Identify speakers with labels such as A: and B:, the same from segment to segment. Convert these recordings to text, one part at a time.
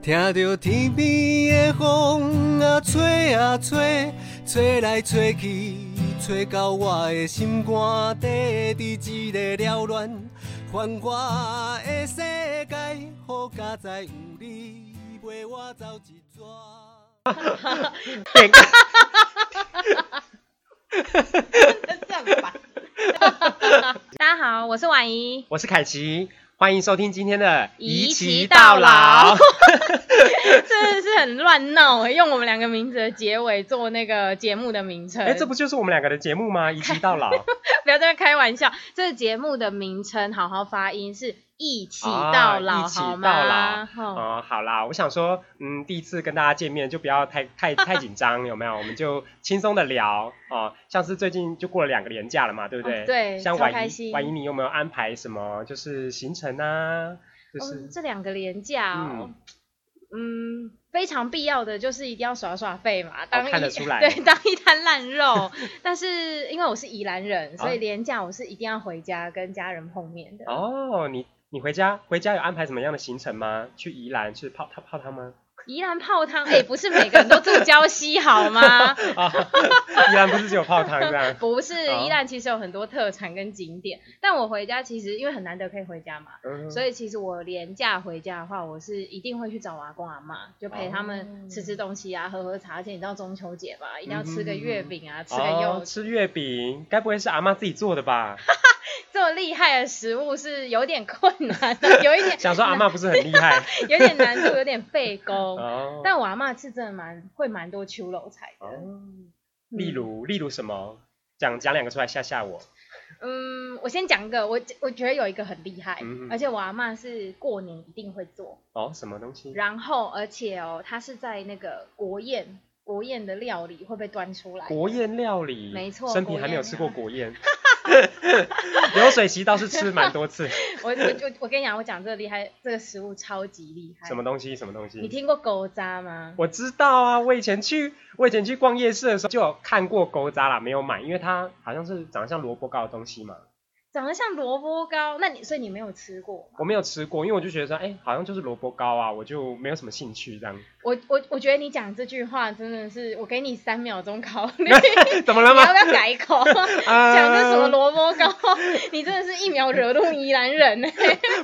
A: 听着天边的风啊吹啊吹，吹来吹去，吹到我的心肝底，伫一个缭乱繁华的世界，好佳哉有你陪我走一逝。
B: 啊
C: 大家好，我是 婉怡。
B: 我是凯奇，欢迎收听今天的
C: 遗
B: 奇
C: 奇到老
B: 老。
C: 真的是很乱闹欸，用我们两个名字的结尾做那个节目的名称。
B: 哎，这不就是我们两个的节目吗？遗奇到 老，
C: 不要在那开玩笑，这个节目的名称好好发音是一起到老，
B: 哦一起
C: 好
B: 到
C: 吗？
B: 老
C: 吼
B: 哦，好啦，我想说，嗯，第一次跟大家见面就不要 太太太紧张，有没有？我们就轻松的聊哦。像是最近就过了两个年假了嘛，对不对？
C: 哦对
B: 像
C: 超
B: 婉
C: 开
B: 仪，
C: 心
B: 婉仪，你有没有安排什么就是行程啊？就
C: 哦
B: 是
C: 这两个廉价哦，嗯。非常必要的就是一定要耍耍废嘛，当一、
B: 哦看得出来
C: 对，当一滩烂肉。 但是因为我是宜兰人，所以廉价我是一定要回家跟家人碰面的。
B: 哦，你你回家回家有安排什么样的行程吗？去宜兰去泡泡泡汤吗？
C: 宜兰泡汤，哎、不是每个人都住礁溪 好吗？
B: 啊，宜兰不是只有泡汤这样？
C: 不是，
B: 好
C: 宜兰其实有很多特产跟景点，但我回家其实因为很难得可以回家嘛，
B: 嗯
C: 所以其实我廉价回家的话，我是一定会去找我阿公阿妈，就陪他们
B: 哦
C: 吃吃东西啊，喝喝茶，而且你知道中秋节吧，一定要吃个
B: 嗯哼
C: 月饼啊，吃个柚
B: 哦，
C: 子，
B: 吃月饼，该不会是阿妈自己做的吧？
C: 这么厉害的食物是有点困难的，有一点
B: 想说阿妈不是很厉 害
C: 有点难度，有点费 工。
B: 哦。
C: 但我阿妈是真的蛮会蛮多秋楼菜的，
B: 哦
C: 嗯
B: 例如，例如什么？讲讲两个出来吓吓我。
C: 嗯，我先讲一个，我我觉得有一个很厉害，
B: 嗯
C: 而且我阿嬷是过年一定会做，
B: 哦，什么东西？
C: 然后而且哦，她是在那个国宴国宴的料理会被端出来，
B: 国宴料理，
C: 没错
B: 生
C: 国
B: 平还没
C: 宴
B: 有吃过
C: 料
B: 国宴。 流水席倒是吃蛮多 次。
C: 我我就我跟你讲，我讲这个厉害，这个食物超级厉害。
B: 什么？东西？什么东
C: 你
B: 西？
C: 听过狗渣吗？
B: 我知道啊，我以前去，我以前去逛夜市的时候就有看过狗杂啦，没有买，因为它好像是长得像萝卜糕的东西嘛，
C: 长得像萝卜糕，那你所以你没有吃过？
B: 我没有吃过，因为我就觉得说，哎、好像就是萝卜糕啊，我就没有什么兴趣这样。
C: 我我我觉得你讲这句话真的是，我给你三秒钟考 虑，
B: 怎么了
C: 你要
B: 吗？
C: 不要改 口？
B: 啊
C: 讲这什么萝卜糕？ 你真的是一秒惹怒宜兰人欸呢、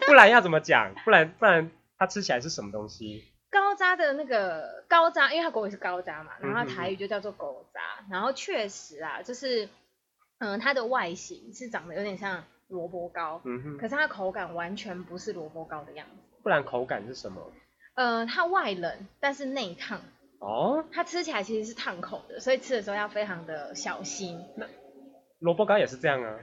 B: 不然要怎么讲？不然不然它吃起来是什么东西？
C: 高渣的那个高渣，因为它国语是高渣嘛，然后
B: 嗯嗯
C: 它
B: 嗯
C: 台语就叫做狗渣。然后确实啊，就是嗯，它的外形是长得有点像萝卜糕，
B: 嗯
C: 可
B: 哼，
C: 是它的口感完全不是萝卜糕的样子。
B: 不然口感是什么？
C: 呃，它外冷，但是内烫，
B: 哦，
C: 它吃起来其实是烫口的，所以吃的时候要非常的小心。
B: 萝卜糕也是这样啊。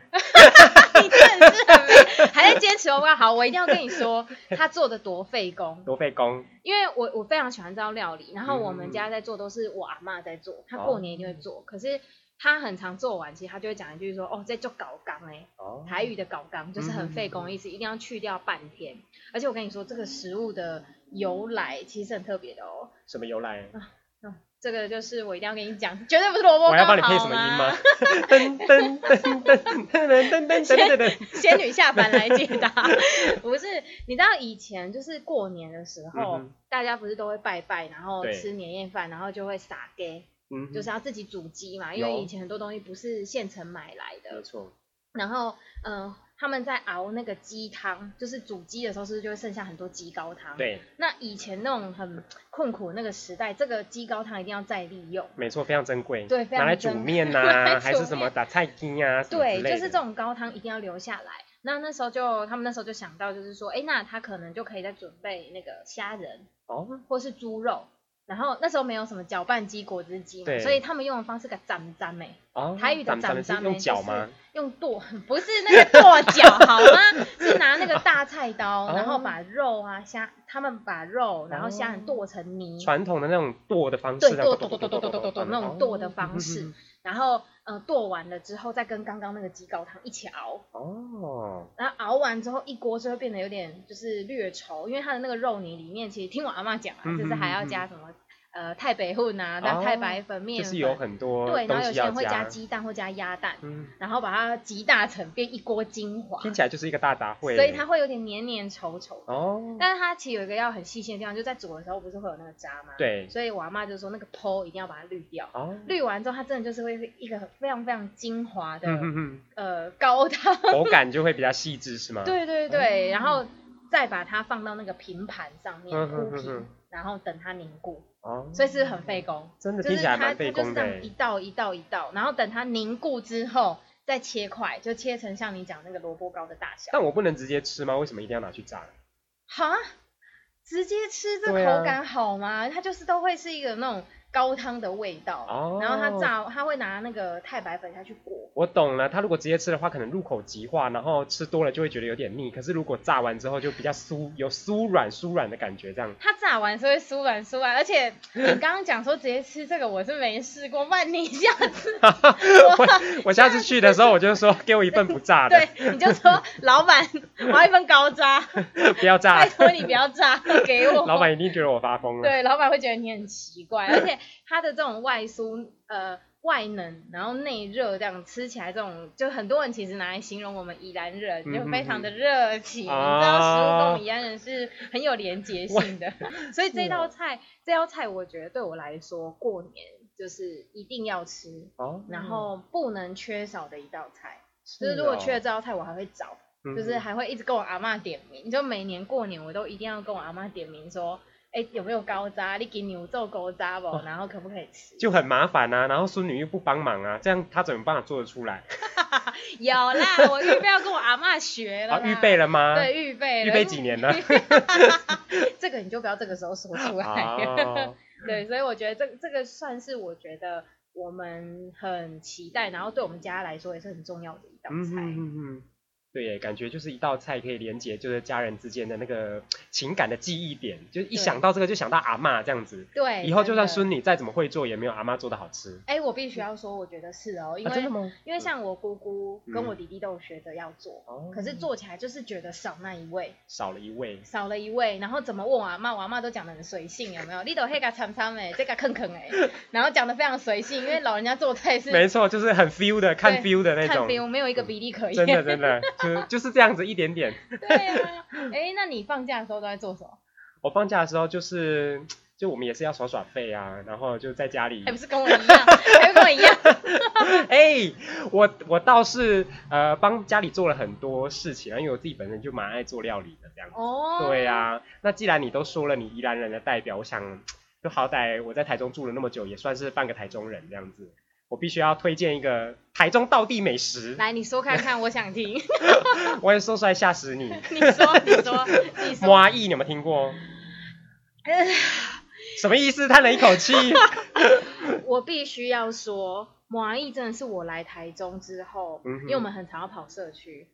C: 你真的是很没还在坚持哦。好，我一定要跟你说，他做的多费工，
B: 多费工，
C: 因为我我非常喜欢这道料理，然后我
B: 嗯
C: 们家在做都是我阿妈在做，
B: 哦
C: 她过年一定会做，可是。她很常做完，其实她就会讲一句说：“哦，这就搞纲哎，
B: 哦，
C: 台语的搞纲就是很费
B: 嗯
C: 工，意思一定要去掉半天。而且我跟你说，这个食物的由来其实很特别的哦。
B: 什么由来？
C: 这个就是我一定要跟你讲，绝对不是萝卜糕，
B: 我要帮你配
C: 好
B: 什么音
C: 吗
B: 吗？？噔噔噔噔噔噔噔噔噔噔。
C: 仙女下凡来解 答，不是？你知道以前就是过年的时候，
B: 嗯哼
C: 大家不是都会拜拜，然后
B: 对
C: 吃年夜饭，然后就会撒给，
B: 嗯哼，
C: 就是要自己煮鸡嘛，因为
B: 有
C: 以前很多东西不是现成买来
B: 没
C: 的。
B: 错。
C: 然后，嗯、他们在熬那个鸡汤，就是煮鸡的时候，是不是就会剩下很多鸡高汤？。
B: 对，
C: 那以前那种很困苦的那个时代，这个鸡高汤一定要再利用。
B: 没错，非常珍贵。
C: 对非常
B: 拿来煮
C: 珍贵
B: 面
C: 拿来
B: 呐，
C: 煮
B: 还是什么
C: 面
B: 打菜鸡啊，什么
C: 对，
B: 之类
C: 就是
B: 的
C: 这。种高汤一定要留下来。那那时候就他们那时候就想到，就是说，哎，那他可能就可以再准备那个虾仁
B: 哦，
C: 或是猪肉。然后那时候没有什么搅拌机、果汁机嘛，
B: 对
C: 所以他们用的方式给沾沾欸诶，
B: 哦，
C: 台语的
B: 咱
C: 掌
B: 们是
C: 掌
B: 用脚
C: 就是
B: 吗？
C: 用剁， 不是那个剁脚好吗？是拿那个大菜刀，
B: 哦
C: 然后把肉啊虾，他们把肉然后虾仁剁成泥，
B: 传统的那种剁的方式，哦
C: 对，剁剁剁剁剁剁剁剁剁那种剁的方
B: 嗯
C: 式，然后呃剁完了之后再跟刚刚那个鸡高汤一起熬，
B: 哦，
C: 然后熬完之后一锅就会变得有点就是略稠，因为它的那个肉泥里面，其实听我阿妈讲啊，
B: 嗯
C: 就是还要加什么呃太北混啊，那
B: 哦
C: 太白粉面
B: 就
C: 粉，
B: 是有很多
C: 对，然
B: 东
C: 后有
B: 西
C: 些
B: 要
C: 人会加鸡蛋或加鸭蛋，
B: 嗯，
C: 然后把它集大成变一锅精华，
B: 听起来欸就是一个大杂烩。
C: 所以它会有点黏黏稠稠。
B: 哦，
C: 但是它其实有一个要很细心的地方，就在煮的时候不是会有那个渣吗？，
B: 对，
C: 所以我阿妈就说那个剖一定要把它滤掉。
B: 哦，
C: 滤完之后，它真的就是会是一个非常非常精华的、
B: 嗯嗯
C: 呃高汤。
B: 嗯，口感就会比较细致，是吗？，
C: 对对对，然后再把它放到那个平盘上面
B: 嗯
C: 铺
B: 嗯嗯
C: 平
B: 嗯，
C: 然后等它凝固，
B: 哦，
C: 所以是不是很费工。
B: 真的
C: 就
B: 听
C: 是
B: 起来
C: 它它
B: 蛮费
C: 就是
B: 工
C: 这
B: 的
C: 样一
B: 欸。
C: 道一道一道，然后等它凝固之后再切块，就切成像你讲那个萝卜糕的大小。
B: 但我不能直接吃吗？为什么一定要拿去炸？
C: 哈，直接吃这
B: 对啊
C: 口感好吗？它就是都会是一个那种高汤的味道，
B: 哦
C: 然后它炸，它会拿那个太白粉下去裹，
B: 我懂了，它如果直接吃的话，可能入口即化，然后吃多了就会觉得有点腻。可是如果炸完之后，就比较酥，有酥软酥软的感觉，这样。
C: 它炸完是会酥软酥软，而且你刚刚讲说直接吃这个，我是没试过，万你下 次
B: 我我下次去的时候，我就说给我一份不炸的，
C: 对你就说老板，我要一份高渣，
B: 不要炸
C: 拜。托你不要炸给我。
B: 老板一定觉得我发疯了。
C: 对，老板会觉得你很奇怪，而且它的这种外酥呃外冷，然后内热，这样吃起来这种，就很多人其实拿来形容我们宜兰人，
B: 嗯
C: 就非常的
B: 嗯
C: 热情。
B: 啊
C: 你知道食物跟我们宜兰人是很有连结 性的，所以这
B: 啊
C: 道菜这道菜我觉得对我来说过年就是一定要吃，
B: 哦
C: 然后不能缺少的一道菜。
B: 就
C: 就是如果缺了这道菜，我还会找。
B: 嗯
C: 就是还会一直跟我阿妈点名，就每年过年我都一定要跟我阿妈点名说，哎、有没有高渣？你给牛做高渣不？然后可不可以吃？
B: 哦就很麻烦啊，然后孙女又不帮忙啊，这样她怎么办法做得出来？
C: 有啦，我预备要跟我阿妈学了
B: 啊，
C: 啦。
B: 预备了吗？，
C: 对，预备了。
B: 预备几年了？
C: 这个你就不要这个时候说出来。
B: 哦，
C: 对，所以我觉得这这个算是我觉得我们很期待，然后对我们家来说也是很重要的一道
B: 嗯嗯
C: 菜。
B: 嗯嗯，对耶，感觉就是一道菜可以连接就是家人之间的那个情感的记忆点，就是一
C: 对
B: 想到这个就想到阿嬷这样子，
C: 对，
B: 以后就
C: 真
B: 算
C: 的
B: 孙女再怎么会做，也没有阿嬷做的好吃。
C: 哎、我必须要说，我觉得是哦，因
B: 啊，
C: 为
B: 真的吗？
C: 因为像我姑姑跟我
B: 嗯
C: 弟弟都有学着要做，
B: 哦
C: 可是做起来就是觉得少那一位，
B: 少了一位，
C: 少了一位，然后怎么问我阿妈，我阿妈都讲的很随性，有没有？你都黑个长长哎，这个坑坑哎， 然后讲的非常随性，因为老人家做菜是
B: 没错，就是很 feel 的，看
C: 对
B: feel 的那
C: 看
B: 种，嗯
C: 别没有一个比例可
B: 真
C: 言。
B: 的真的，就是就是这样子一点点。
C: 对啊，哎，那你放假的时候都在做
B: 嗯
C: 什么？
B: 我放假的时候就是，就我们也是要耍耍废啊，然后就在家里
C: 还。不是跟我一样，还不跟我 一样，
B: 哎、我我倒是呃帮家里做了很多事情啊，因为我自己本身就蛮爱做料理的这样。
C: 哦，
B: 对啊，那既然你都说了你宜兰人的代表，我想就好歹我在台中住了那么久，也算是半个台中人这样子。我必须要推荐一个台中道地美食，
C: 来你说看看，我想听， 你
B: 我也说出来吓死你。
C: 说，你说，你说，
B: 麻意你有没有听 过？什么意思？叹了一口气。
C: 我必须要说，麻艺真的是我来台中之后，
B: 嗯哼
C: 因为我们很常要跑社区，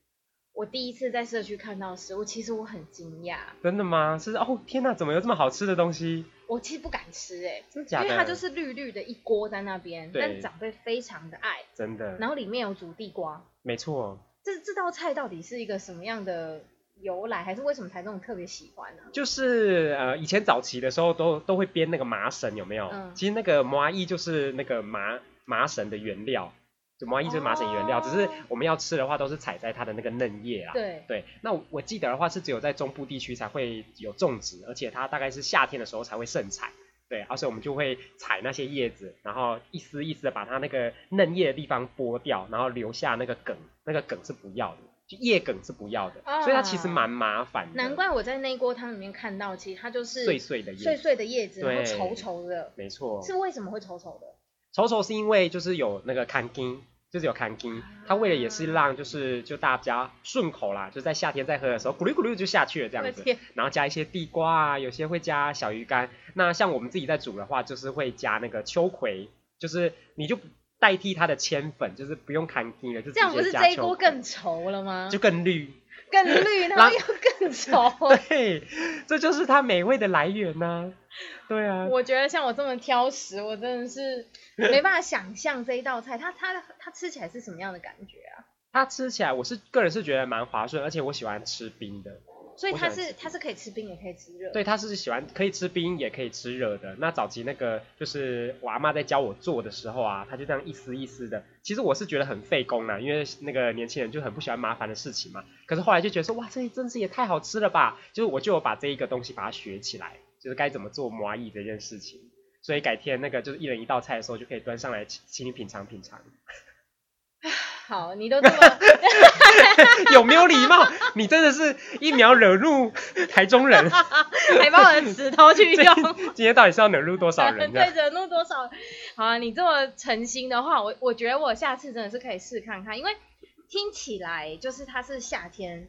C: 我第一次在社区看到食物，其实我很惊讶，
B: 真的吗？是哦，天哪，怎么有这么好吃的东西？
C: 我其实不敢吃哎、
B: 真的假的？
C: 因为它就是绿绿的一锅在那边，
B: 对嗯
C: 但长辈非常的爱，
B: 真的，
C: 然后里面有煮地瓜，
B: 没错，
C: 这这道菜到底是一个什么样的由来，还是为什么台中人特别喜欢呢、
B: 就是呃，以前早期的时候都都会编那个麻绳，有没有？
C: 嗯
B: 其实那个麻衣就是那个麻麻绳的原料，就麻衣就是麻绳原料，
C: 哦
B: 只是我们要吃的话都是采摘它的那个嫩叶啊啦。
C: 对，
B: 对，那我我记得的话是只有在中部地区才会有种植，而且它大概是夏天的时候才会盛产。对，而、啊、且我们就会采那些叶子，然后一丝一丝的把它那个嫩叶的地方剥掉，然后留下那个梗，那个梗是不要的，就叶梗是不要的，所以它其实
C: 啊
B: 蛮麻烦的。
C: 难怪我在那一锅汤里面看到，其实它就是
B: 碎碎的叶，
C: 碎碎的叶子，然后
B: 对
C: 稠稠的，
B: 没错。
C: 是为什么会稠稠的？
B: 丑丑是因为就是有那个看金，就是有看金，
C: 啊
B: 它为了也是让就是就大家顺口啦，就在夏天在喝的时候咕噜咕噜就下去了这样
C: 我的
B: 子。
C: 天
B: 然后加一些地瓜啊，有些会加小鱼干。那像我们自己在煮的话，就是会加那个秋葵，就是你就代替它的千粉，就是不用砍筋了，就
C: 这样不
B: 直
C: 是
B: 接
C: 这
B: 加
C: 一
B: 秋
C: 锅
B: 葵
C: 更稠了吗？
B: 就更绿。
C: 更绿，然
B: 然
C: 后
B: 后
C: 又更稠。
B: 对，这就是它美味的来源呐、对啊，
C: 我觉得像我这么挑食，我真的是没办法想象这一道菜，它它它吃起来是什么样的感觉啊？
B: 它吃起来我是个人是觉得蛮划算，而且我喜欢吃冰的，
C: 所以
B: 我
C: 它
B: 喜欢吃
C: 是
B: 冰
C: 它是可以吃冰也可以吃热。
B: 对，他是喜欢可以吃冰也可以吃热的。那早期那个就是我阿妈在教我做的时候啊，她就这样一丝一丝的。其实我是觉得很费工啦，因为那个年轻人就很不喜欢麻烦的事情嘛。可是后来就觉得说，哇，这真是也太好吃了吧！就是我就有把这一个东西把它学起来，就是该怎么做麻蚁这件事情。所以改天那个就是一人一道菜的时候，就可以端上来请请你品尝品尝。
C: 好，你都这么
B: 有没有礼貌？你真的是一秒惹怒台中人。
C: 还把我的石头去
B: 这
C: 用，
B: 今天到底是要惹怒多少人？这
C: 对
B: 样
C: 着怒多少？好啊，你这么诚心的话，我我觉得我下次真的是可以试看看，因为听起来就是它是夏天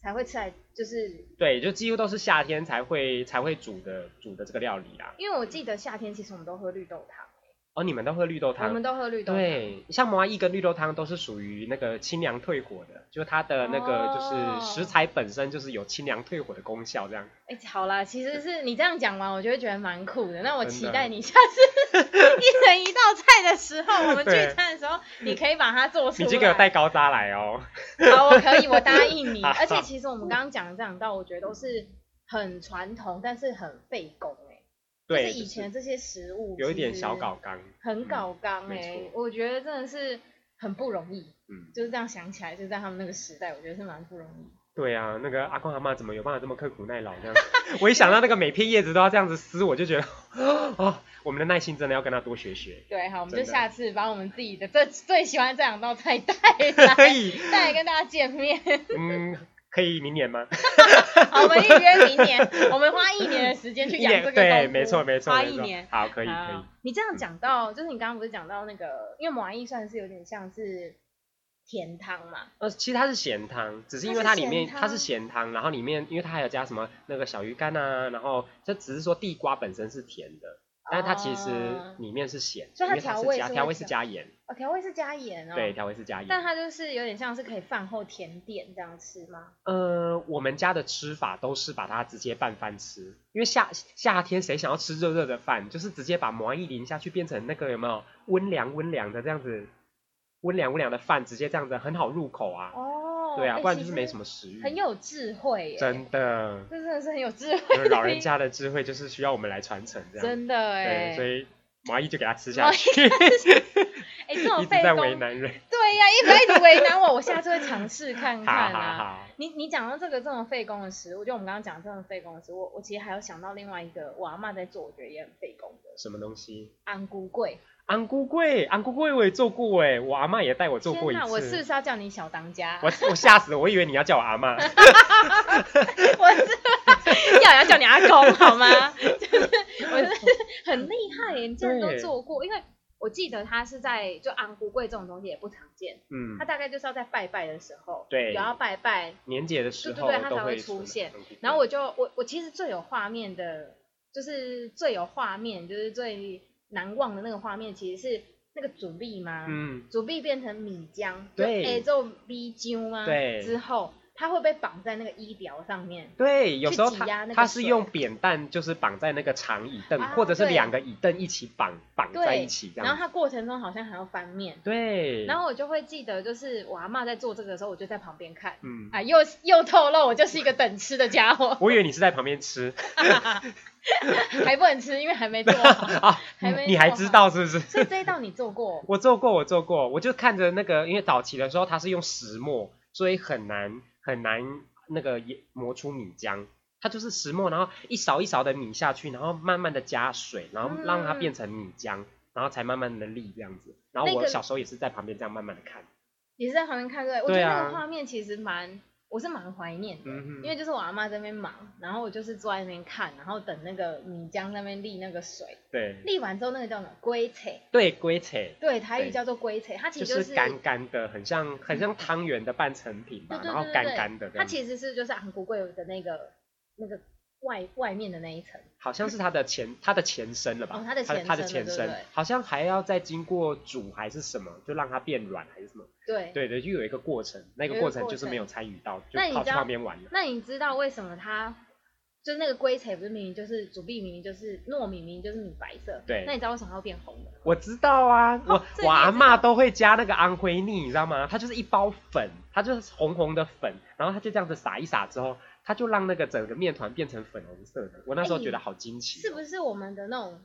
C: 才会吃来，就是
B: 对，就几乎都是夏天才会才会煮的煮的这个料理啦。
C: 因为我记得夏天其实我们都喝绿豆汤，
B: 哦，你们都喝绿豆
C: 我
B: 汤
C: 们？都喝绿豆汤，
B: 对，像麻蚁跟绿豆汤都是属于那个清凉退火的，就是它的那个
C: 哦
B: 就是食材本身就是有清凉退火的功效，这样。
C: 哎、好啦，其实是你这样讲完，我就会觉得蛮酷的。那我
B: 真的
C: 期待你下 次一人一道菜的时候，我们聚
B: 对
C: 餐的时候，你可以把它做出
B: 你
C: 来。
B: 这个有带高渣来 哦。
C: 好，我可以，我答应 你。
B: 好
C: 而且其实我们刚刚讲的这两道，我觉得都是很传统，但是很费工哎、
B: 对，
C: 就是以前这些食物
B: 有一点小搞，刚。
C: 很搞纲哎、
B: 没错
C: 我觉得真的是很不容易。
B: 嗯，
C: 就是这样想起来，就在他们那个时代，我觉得是蛮不容易。
B: 对啊，那个阿公阿妈怎么有办法这么刻苦耐劳 这样？我一想到那个每片叶子都要这样子撕，我就觉得，哦，我们的耐心真的要跟他多学 学。
C: 对，好，我们就
B: 真的
C: 下次把我们自己的这最喜欢这两道菜带 来。
B: 可以，
C: 再来跟大家见面。
B: 嗯，可以明年吗？
C: 好，我们预约明年，我们花一年的时间去
B: 一
C: 养这
B: 年
C: 个
B: 对，
C: 功夫
B: 没错没错
C: 花
B: 没
C: 一
B: 错
C: 年。。
B: 好，可以
C: 好
B: 可以。
C: 你这样讲到，就是你刚刚不是讲到那个，因为麻蚁算是有点像是甜汤嘛，
B: 呃，其实它是咸汤，只是因为
C: 它
B: 它
C: 是
B: 里面
C: 咸汤
B: 它是咸汤，然后里面因为它还有加什么那个小鱼干啊，然后这只是说地瓜本身是甜的，但是它其实
C: 哦
B: 里面是咸，
C: 所以
B: 因
C: 它
B: 为
C: 调
B: 是
C: 味
B: 加
C: 是
B: 调
C: 会
B: 味是
C: 加
B: 加盐，
C: 哦，调味是加盐哦。
B: 对，。调味是加
C: 但
B: 盐。
C: 它就是有点像是可以饭后甜点这样吃吗？
B: 呃，我们家的吃法都是把它直接拌饭吃，因为夏夏天谁想要吃热热的饭，就是直接把麻一淋下去变成那个有没有温凉温凉的这样子，温凉温凉的饭直接这样子很好入口啊。
C: 哦，
B: 对啊，
C: 哎
B: 不然
C: 其
B: 就是
C: 实
B: 没什么食欲。
C: 很有智慧耶，
B: 真 的，
C: 这真的是很有智慧
B: 因
C: 的
B: 为
C: 一，
B: 老人家的智慧就是需要我们来传承，这样。
C: 真的
B: 对，，
C: 哎
B: 所以麻蚁就给他吃下
C: 麻蚁
B: 去，
C: 哎 这
B: 一
C: 种
B: 直
C: 费
B: 在为
C: 工
B: 难人。
C: 对呀、一直一直为难我，我下次会尝试看
B: 好
C: 看
B: 好
C: 啊。
B: 好，
C: 你你讲到这个这种费工的食物，就我们刚刚讲这种费工的食物，我其实还有想到另外一个我阿嬷在做，我觉得也很费工的
B: 什么东西？
C: 安菇桂。
B: 安菇桂，安菇桂我也做过哎，我阿妈也带我做过一
C: 天
B: 次。
C: 哪，我是不是要叫你小当家？
B: 我我吓死了，我以为你要叫我阿 妈。
C: 我是不是要要叫你阿公好吗？就是我是很厉害耶，你竟然都
B: 对
C: 做过，因为我记得他是在就安菇桂这种东西也不常见，
B: 嗯
C: 他，大概就是要在拜拜的时候，
B: 对
C: 有要拜拜，
B: 年节的时候
C: 对对对它
B: 都
C: 才会
B: 出
C: 出现
B: 安菇桂。
C: 然后我就我我其实最有画面的，就是最有画面，就是最难忘的那个画面，其实是那个主力嘛，
B: 嗯，
C: 主力变成米浆，
B: 对
C: 哎，就 B 浆嘛，
B: 对
C: 之后它会被绑在那个衣吊上面，
B: 对，有
C: 去
B: 时候
C: 挤
B: 他
C: 压那个
B: 他是
C: 水
B: 用扁担，就是绑在那个长椅凳，
C: 啊
B: 或者是
C: 对
B: 两个椅凳一起绑绑在
C: 对
B: 一起这
C: 然后
B: 样嗯子。
C: 它过程中好像还要翻面，
B: 对，
C: 然后我就会记得，就是我阿嬷在做这个的时候，我就在旁边看。
B: 嗯，
C: 啊，又又透露我就是一个等吃的家伙，
B: 我以为你是在旁边吃
C: 还不能吃，因为还没做好。
B: 啊，
C: 还没
B: 你还
C: 做好
B: 知道是不是？
C: 所以这一道你做过，
B: 我做过，我做过，我就看着那个，因为早期的时候它是用石磨，所以很难很难那个也磨出米浆。它就是石磨，然后一勺一勺的米下去，然后慢慢的加水，然后让它变成米浆，然后才慢慢的沥这样子。然后
C: 那
B: 我
C: 个
B: 小时候也是在旁边这样慢慢的看。
C: 你是在旁边看对不对？
B: 对
C: 我觉
B: 啊
C: 得那个画面其实蛮，我是蛮怀念的，
B: 嗯哼
C: 因为就是我阿妈在那边忙，然后我就是坐在那边看，然后等那个米浆那边沥那个水，
B: 对
C: 沥完之后那个叫什么龟菜，
B: 对，龟菜
C: 对，台语
B: 对
C: 叫做龟菜，它其
B: 就
C: 实就是
B: 干干的，很像很像汤圆的半成品
C: 对
B: 吧，
C: 对
B: 然后
C: 对对
B: 干
C: 对
B: 干的这
C: 它
B: 样子。
C: 其实是就是韩国贵的那个那个外外面的那一层，
B: 好像是它的前它的前身了吧？
C: 哦它的前
B: 它的
C: 身
B: 前
C: 了对
B: 身
C: 不对
B: 好像还要再经过煮还是什么，就让它变软还是什么？
C: 对。
B: 对对，就有一个过程，那
C: 有一
B: 个
C: 个
B: 过程
C: 过
B: 就是
C: 程
B: 没有参与到，就
C: 那你
B: 跑
C: 知
B: 去
C: 道
B: 旁边玩了。
C: 那你知道为什么它就那个龟菜不是明明就是主力明明就是糯米明明就是米白色，
B: 对
C: 那你知道为什么它会变红的？
B: 我知道啊，我、
C: 哦这你
B: 我
C: 也
B: 阿
C: 知
B: 嬷
C: 道
B: 都会加那个安徽腻，你知道吗？它就是一包粉，它就是红红的粉，然后它就这样子撒一撒之后，它就让那个整个面团变成粉红色的。我那时候觉得
C: 哎
B: 好惊奇哦、
C: 是不是我们的那种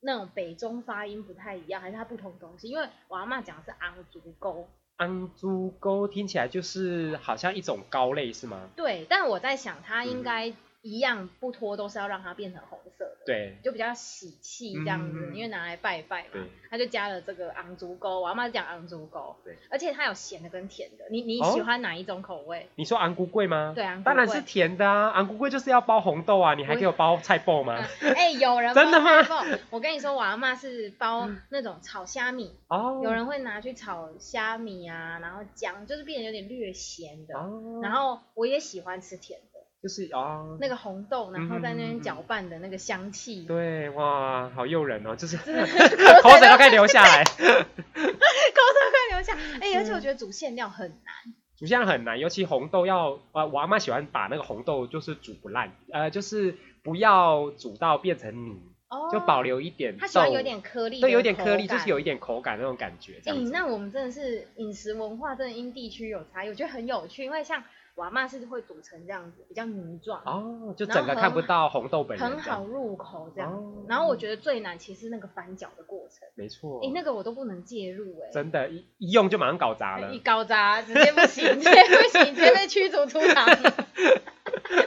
C: 那种北中发音不太一样，还是它不同东西？因为我阿妈讲的是昂竹沟，
B: 安猪沟听起来就是好像一种糕类是吗？
C: 对，但我在想它
B: 嗯
C: 应该一样不脱都是要让它变成红色的，
B: 对
C: 就比较喜气这样子，
B: 嗯嗯嗯
C: 因为拿来拜拜嘛
B: 对，
C: 他就加了这个昂竹沟，我阿妈讲昂竹沟，
B: 对，
C: 而且它有咸的跟甜的，你你
B: 哦
C: 喜欢哪一种口味？
B: 你说昂菇桂吗？
C: 对，昂
B: 当然
C: 竹
B: 是
C: 桂
B: 甜的啊，昂菇桂就是要包红豆啊，你还
C: 我
B: 给我包菜包吗？
C: 嗯哎、有 人
B: 真的吗嗯
C: 包菜包？我跟你说，我阿妈是包那种炒虾米，
B: 哦，
C: 有人会拿去炒虾米啊，然后姜，就是变得有点略咸的。
B: 哦，
C: 然后我也喜欢吃甜的，
B: 就是哦，
C: 那个红豆，然后在那
B: 嗯嗯嗯
C: 边
B: 嗯
C: 搅拌的那个香气，
B: 对哇，好诱人哦，就是 口
C: 口
B: 水
C: 水
B: 都
C: 都
B: 快流下来。
C: 口水快流下。哎、而且我觉得煮馅料很难，
B: 煮这样很难，尤其红豆要呃，我阿妈喜欢把那个红豆就是煮不烂，呃，就是不要煮到变成泥，
C: 哦，
B: 就保留一点
C: 它喜欢
B: 豆
C: 有点颗粒，
B: 对，有点颗粒，就是有
C: 一。
B: 一点口感那种感觉。这
C: 哎、
B: 样子
C: 那我们真的是饮食文化，真的因地区有差异，我觉得很有趣。因为像我阿妈是会煮成这样子，比较泥状，
B: 哦，就
C: 然后
B: 整个
C: 很
B: 看不到红豆本人。
C: 很好，入口这样子。
B: 哦
C: 然后我觉得最难其实是那个翻搅的过程，
B: 没错
C: 哎、。那个我都不能介入、哎。
B: 哦真的，一一用就马上搞砸了
C: 一。高渣直接不行，直接不行，直接被驱逐出场。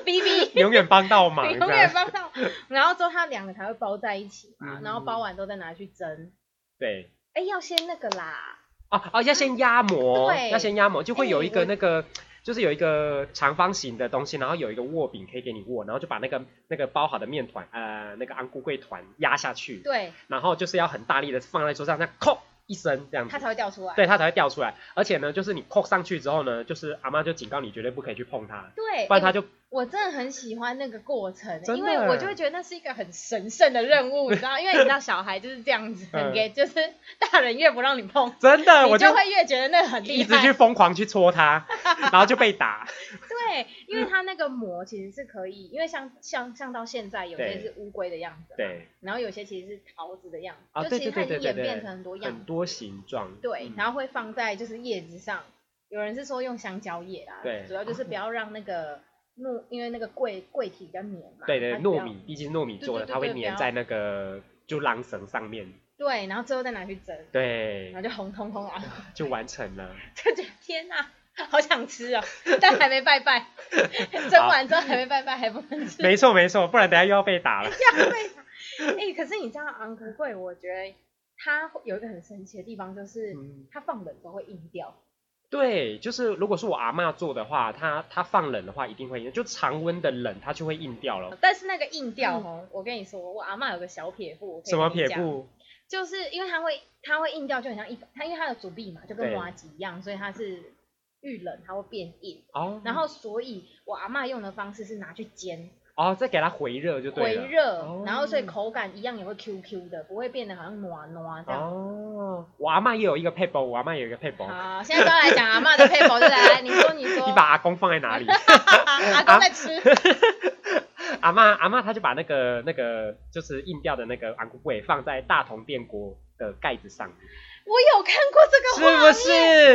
C: B B，
B: 永远帮到 忙，
C: 永
B: 这
C: 远
B: 样
C: 帮到。然后之后它两个才会包在一起嘛，
B: 嗯
C: 然后包完之后再拿去蒸。
B: 对。
C: 哎，要先那个啦，
B: 哦哦，要先压模，
C: 对
B: 要先压模，就会有一个
C: 哎
B: 那个，就是有一个长方形的东西，然后有一个握柄可以给你握，然后就把那个那个包好的面团，呃，那个安菇桂团压下去，
C: 对，
B: 然后就是要很大力的放在桌上，那扣一声这样
C: 它
B: 子，
C: 才会掉出来。
B: 对，它才会掉出来。而且呢，就是你扣上去之后呢，就是阿妈就警告你绝对不可以去碰它，
C: 对，
B: 不然它
C: 哎
B: 就
C: 我真的很喜欢那个过程，
B: 真的
C: 因为我就会觉得那是一个很神圣的任务，你知道？因为你知道小孩就是这样子，
B: 嗯
C: 很 gay，就是大人越不让你碰，
B: 真的我
C: 哎你会越觉得那很厉
B: 一直
C: 害
B: 去。疯狂去戳 它，然后就被打。
C: 对，
B: 嗯
C: 因为它那个膜其实是可以，因为像像像到现在有些是乌龟的样子，，
B: 对，
C: 然后有些其实是桃子的样子，
B: 啊
C: 就
B: 对
C: 其实
B: 对
C: 它已
B: 对
C: 经
B: 对
C: 演
B: 对
C: 变
B: 对
C: 成很多样
B: 很
C: 子，
B: 多形状。
C: 对，
B: 嗯
C: 然后会放在就是叶子上，有人是说用香蕉叶啦，
B: 对
C: 主要就是 不要让那个糯，因为那个桂桂体比较黏嘛，
B: 对对，
C: 它就不
B: 糯
C: 要，
B: 米，毕竟糯米
C: 对
B: 做
C: 对
B: 的，
C: 对
B: 它会
C: 对不
B: 粘
C: 要
B: 在那个就浪绳上面，
C: 对，然后最后再拿去蒸，
B: 对
C: 然后，就红彤彤啊，
B: 就完成了。
C: 就觉得天哪、好想吃哦，但还没拜 拜，蒸完之后还没拜拜，还不能吃。
B: 没错没错，不然等下又要被 打了。
C: 要被打。哎、可是你知道昂古贵，我觉得它有一个很神奇的地方，就是
B: 嗯
C: 它放冷都会硬掉。
B: 对，就是如果是我阿嬷做的话，它它放冷的话一定会硬，就常温的冷它就会硬掉了。
C: 但是那个硬掉哦，我跟你说，我阿嬷有个小撇步，我可
B: 嗯
C: 以
B: 什么
C: 跟你
B: 撇
C: 讲？
B: 步？
C: 就是因为它会它会硬掉，就很像一它，因为它的阻力嘛，就跟
B: 对
C: 麻吉一样，所以它是遇冷它会变硬。
B: 哦，
C: 然后，所以我阿嬷用的方式是拿去煎，
B: 哦，再给它回热就对
C: 回
B: 了。
C: 热，
B: 哦
C: 然后所以口感一样也会 Q Q 的，不会变得好像暖暖这样。
B: 哦，我阿嬷也有一个配包，我阿嬷也有一个配包。
C: 好，现在就要来讲阿嬷的配方，对不对？来你说，你 说，
B: 你把阿公放在哪里？
C: 阿公在 吃，
B: 阿嬷阿嬷她就把那个那个就是硬掉的那个昂贵放在大同电锅的盖子上面，
C: 我有看过这
B: 是
C: 个画
B: 不
C: 面，
B: 是？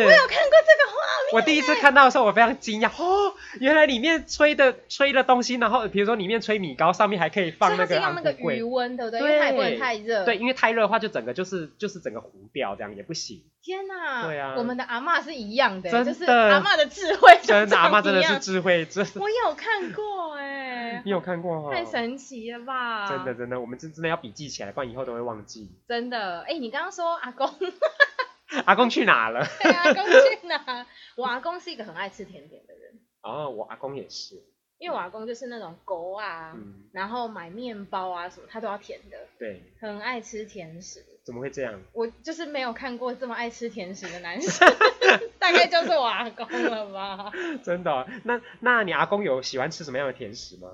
C: 我有看过这个画面。
B: 我第一次看到的时候，我非常惊讶，哦，原来里面吹的吹的东西，然后比如说里面吹米糕，上面还可以放那
C: 所以
B: 个
C: 它是用那
B: 昂
C: 个
B: 贵柜。
C: 余温，对不对？
B: 对
C: 因为它也不能太热。
B: 对，，因为太热的话，就整个就是就是整个糊掉，这样也不行。
C: 天哪！
B: 对啊
C: 我们的阿嬷是一样的，
B: 真的
C: 就是阿嬷的智慧就
B: 真的， 阿
C: 妈
B: 嬷真的是，智慧，真的，
C: 我有看过哎、
B: 你有看过哦？
C: 太神奇了吧！
B: 真的真的，我们真真的要笔记起来，不然以后都会忘记。
C: 真的，哎、你刚刚说阿公，
B: 阿公去哪了？
C: 对啊，阿公去哪？我阿公是一个很爱吃甜点的人，
B: 哦，我阿公也是，
C: 因为我阿公就是那种狗啊，
B: 嗯，
C: 然后买面包啊什么，他都要甜的，
B: 对，
C: 很爱吃甜食。
B: 怎么会这样？
C: 我就是没有看过这么爱吃甜食的男生， 大概就是我阿公了吧。
B: 真的哦、那那你阿公有喜欢吃什么样的甜食吗？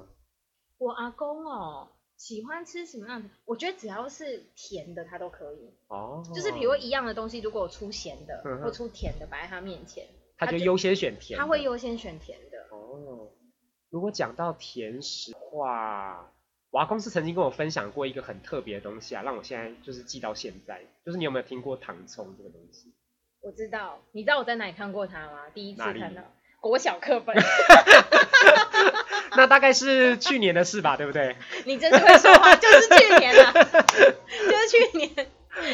C: 我阿公哦，喜欢吃什么样的？我觉得只要是甜的，他都可以。
B: 哦，
C: 就是比如说一样的东西，如果有出咸的
B: 嗯哼
C: 或出甜的摆在他面前，
B: 他
C: 他
B: 就
C: 就
B: 优先选甜的，
C: 他会优先选甜的。
B: 哦，如果讲到甜食的话，我阿公是曾经跟我分享过一个很特别的东西啊，让我现在就是记到现在。就是你有没 有听过糖葱这个东西？
C: 我知道，你知道我在哪里看过他吗？第一次
B: 哪里
C: 看到，国小课本，
B: 那大概是去年的事吧，对不对？
C: 你真是会说话，就是去年 啊，就是去年，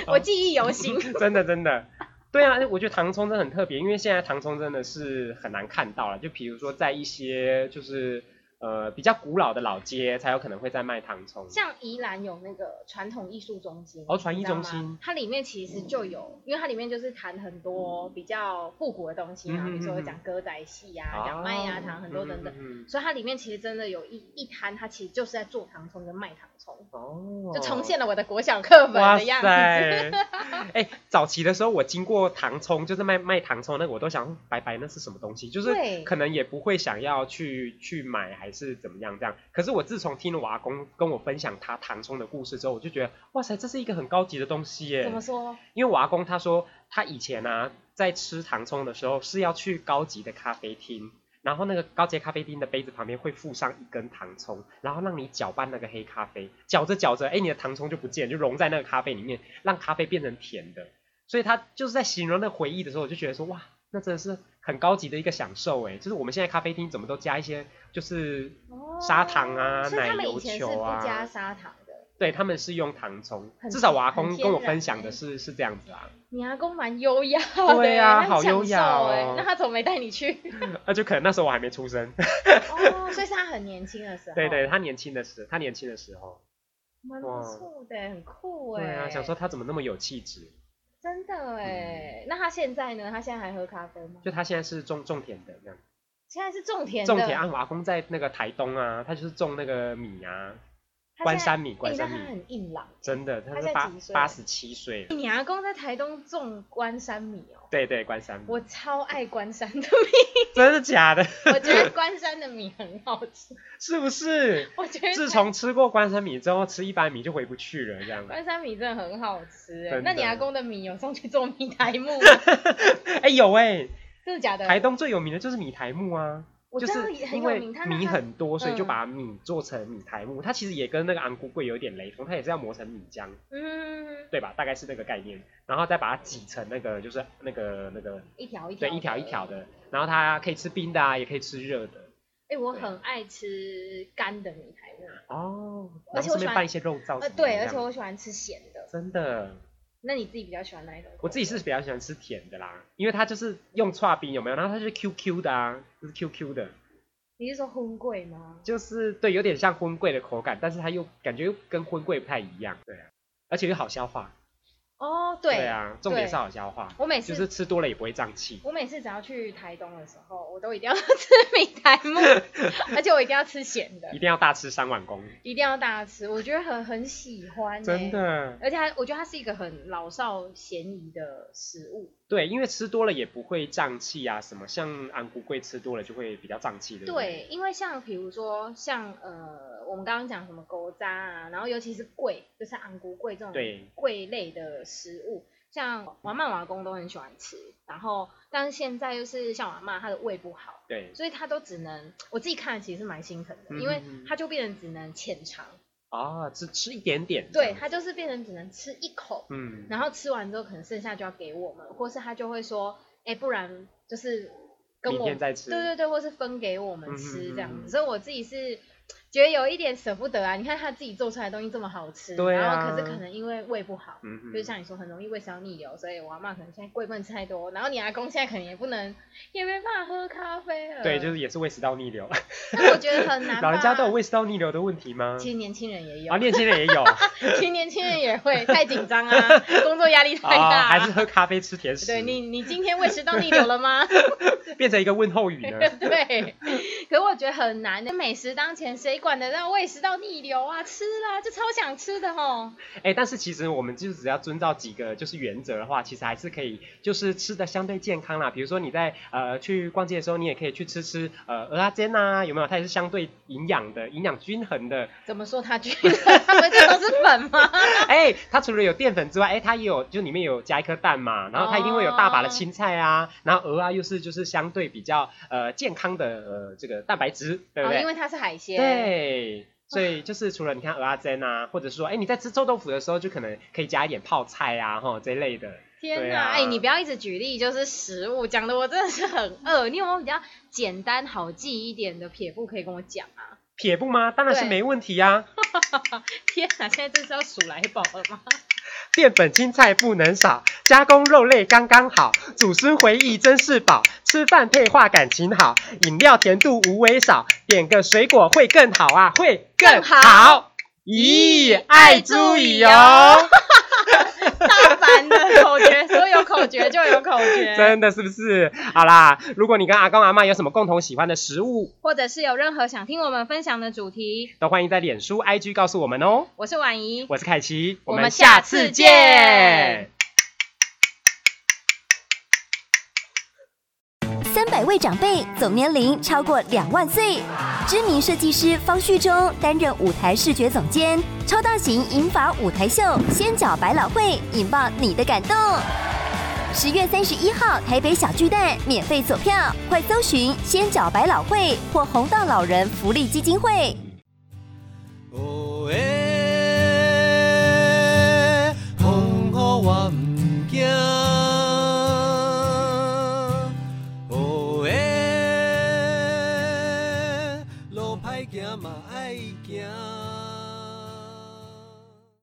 C: 我记忆犹新。
B: 真的真的，对啊，我觉得糖葱真的很特别，因为现在糖葱真的是很难看到了。就比如说在一些就是呃比较古老的老街，才有可能会在卖糖葱。
C: 像宜兰有那个传统艺术中心，
B: 哦传艺
C: 你知道
B: 中
C: 吗
B: 心，
C: 它里面其实就有，因为它里面就是谈很多比较复古的东西嘛，
B: 嗯嗯嗯嗯
C: 比如说讲歌仔戏
B: 哦
C: 啊、讲麦呀、糖很多等等，
B: 等。
C: 所以它里面其实真的有一一摊，它其实就是在做糖葱跟卖糖葱，
B: 哦，
C: 就重现了我的国小课本
B: 哇
C: 的
B: 塞！
C: 样子。
B: 哎、早期的时候我经过糖葱，就是卖卖糖葱那个，我都想白白那是什么东西，就是
C: 对
B: 可能也不会想要去去买还是怎么样这样。可是我自从听了我阿公跟我分享他糖葱的故事之后，我就觉得哇塞，这是一个很高级的东西耶
C: 怎么。说？
B: 因为我阿公他说他以前啊在吃糖葱的时候是要去高级的咖啡厅。然后那个高级咖啡厅的杯子旁边会附上一根糖葱，然后让你搅拌那个黑咖啡，搅着搅着，哎，你的糖葱就不见，就融在那个咖啡里面，让咖啡变成甜的。所以他就是在形容那个回忆的时候，我就觉得说，哇，那真的是很高级的一个享受哎。就是我们现在咖啡厅怎么都加一些，就是砂糖啊
C: 哦所以他们
B: 奶油
C: 以前是
B: 球啊
C: 不加砂糖的。
B: 对他们是用糖葱
C: 很，
B: 至少
C: 天
B: 我阿
C: 很
B: 公
C: 天
B: 跟我
C: 然
B: 分享
C: 欸
B: 的是是这样子啊。
C: 你阿公蛮优雅的，
B: 对啊
C: 他很
B: 好优雅
C: 享受
B: 哦
C: 欸那他怎么没带你去？
B: 那就可能那时候我还没出 生。
C: 哦，所以是他很年轻的时候。
B: 对，对，他年轻的时，他年轻的时候，
C: 蛮不错的，很酷哎。
B: 对啊，想说他怎么那么有气质？
C: 真的哎，那他现在呢？他现在还喝咖啡吗？
B: 就他现在是种种田的这样，
C: 现在是种田的，
B: 种田啊，我阿公在那个台东啊，他就是种那个米啊，
C: 他现在
B: 关山米，关
C: 欸那
B: 山
C: 他
B: 米，
C: 很硬朗。
B: 真的，他
C: 他
B: 是
C: 现在
B: 八
C: 几岁啊
B: 八十七岁了，
C: 你阿公在台东种关山米哦，
B: 对对，关山米，
C: 我超爱关山的米，
B: 真的假的？
C: 我觉得关山的米很好吃，
B: 是不 是？
C: 我觉得
B: 自从吃过关山米之后，吃一般米就回不去了，这 样。
C: 关山米真的很好吃哎
B: 真。的
C: 那你阿公的米有送去做米苔木 吗？
B: 哎，有哎，
C: 真的假的？
B: 台东最有名的就是米苔木啊，
C: 我
B: 就
C: 知道
B: 是
C: 也很
B: 因
C: 有
B: 为
C: 名，他
B: 米很多，所以就
C: 嗯
B: 把米做成米苔木。它其实也跟那个昂菇桂有点雷同，它也是要磨成米浆，
C: 嗯，
B: 对吧？大概是那个概念，然后再把它挤成那个就是那个那个
C: 一条一条
B: 对
C: 的，
B: 一条一条的，然后它可以吃冰的啊，也可以吃热的
C: 哎、我很爱吃干的米苔木，
B: 哦。
C: 而
B: 然
C: 且
B: 后顺
C: 我喜
B: 便
C: 欢
B: 拌一些肉燥什么的
C: 呃，
B: 这
C: 对，
B: 样
C: 而且我喜欢吃咸的。
B: 真的，
C: 那你自己比较喜欢哪一种口味？
B: 我自己是比较喜欢吃甜的啦，因为它就是用刨冰有没有？然后它就是 QQ 的啊，就是 QQ 的。
C: 你是说荤贵吗？
B: 就是对，有点像荤桂的口感，但是它又感觉又跟荤桂不太一样，对啊，而且又好消化，
C: 哦，对，
B: 啊，重点
C: 对
B: 是好消化，
C: 我每次、
B: 就是吃多了也不会胀气，
C: 我每次只要去台东的时候，我都一定要 吃米苔木，而且我一定要吃咸的
B: 一，定要大吃三碗公，
C: 一定要大吃，我觉得很很喜欢、欸，
B: 真。的，
C: 而且它，我觉得它是一个很老少咸宜的食物。
B: 对，因为吃多了也不会胀气啊，什么像安骨桂吃多了就会比较胀气，对不
C: 对，因为像比如说像呃，我们刚刚讲什么狗渣啊，然后尤其是桂，就是昂菇桂这种
B: 对
C: 桂类的食物，像我妈我阿公都很喜欢吃，然后但是现在就是像我阿妈她的胃不好，
B: 对，
C: 所以她都只能我自己看其实是蛮心疼的，因为
B: 嗯嗯嗯
C: 她就变成只能浅尝，
B: 啊，只吃一点点，这
C: 对
B: 样
C: 她就是变成只能吃一口，
B: 嗯，
C: 然后吃完之后可能剩下就要给我们，或是她就会说，哎，不然就是跟
B: 明
C: 我
B: 天再吃，
C: 对对对，或是分给我们
B: 嗯
C: 吃
B: 嗯嗯
C: 这样子。
B: 嗯
C: 所以我自己是觉得有一点舍不得啊。你看他自己做出来的东西这么好吃，
B: 对啊
C: 然后可是可能因为胃不好，
B: 嗯哼，
C: 就像你说很容易胃食道逆流，所以我阿妈可能现在贵不能吃太多，然后你阿公现在可能也不能，也没办法喝咖啡了。
B: 对，就是也是胃食道逆流，
C: 但我觉 得很难吧。
B: 老人家都有胃食道逆流的问题吗？
C: 其实年轻人也有
B: 啊，，年轻人也 有
C: 其实年轻人也会太紧张啊， 工作压力太
B: 啊，
C: 大、
B: 还是喝咖啡吃甜食，
C: 对你，你今天胃食道逆流 了吗？
B: 变成一个问候语呢？
C: 对， 可我觉得很难的。美食当前，谁管得到胃食道逆流啊？吃啦，就超想吃的吼。
B: 哎、但是其实我们就只要遵照几个就是原则的话，其实还是可以，就是吃的相对健康啦。比如说你在呃去逛街的时候，你也可以去吃吃呃鹅啊煎啊，有没有？它也是相对营养的，营养均衡的。
C: 怎么说它均 衡？它不就都是粉吗？
B: 哎、它除了有淀粉之外，哎、它也有就里面有加一颗蛋嘛，然后它一定会有大把的青菜
C: 哦
B: 啊，然后鹅啊又是就是相对比较呃健康的呃这个蛋白质，对不
C: 哦，
B: 对？
C: 因为它是海鲜。。
B: 对，所以就是除了你看蚵仔煎啊，或者说哎你在吃臭豆腐的时候，就可能可以加一点泡菜啊，吼这一类的。
C: 天
B: 对
C: 哪！
B: 啊
C: 哎、你不要一直举例，就是食物讲的我真的是很饿。你有没有比较简单好记一点的撇步可以跟我讲啊？
B: 撇步吗？当然是
C: 对
B: 没问题呀、
C: 天哪！现在这是要数来宝了吗？
B: 淀粉青菜不能少，加工肉类刚刚好，祖孙回忆真是宝，吃饭配话感情好，饮料甜度无微少，点个水果会更好啊，会更
C: 更好
B: 好。咦，爱猪乙哦，
C: 大阪的口诀，所有口诀就有口 诀，
B: 真的是不是？好啦，如果你跟阿公阿妈有什么共同喜欢的食物，
C: 或者是有任何想听我们分享的主题，
B: 都欢迎在脸书、IG 告诉我们哦。
C: 我是婉怡，
B: 我是凯奇，
C: 我
B: 们
C: 们
B: 下
C: 下
B: 次
C: 次
B: 见
C: 见。
D: 三百位长辈，总年龄超过两万岁。知名设计师方旭中担任舞台视觉总监，超大型银发舞台秀“仙脚百老汇”引爆你的感动。十月三十一号，台北小巨蛋免费索票，快搜寻“仙脚百老汇”或红道老人福利基金会。
A: 哦耶，风雨我毋惊。哦耶，路歹行嘛爱行。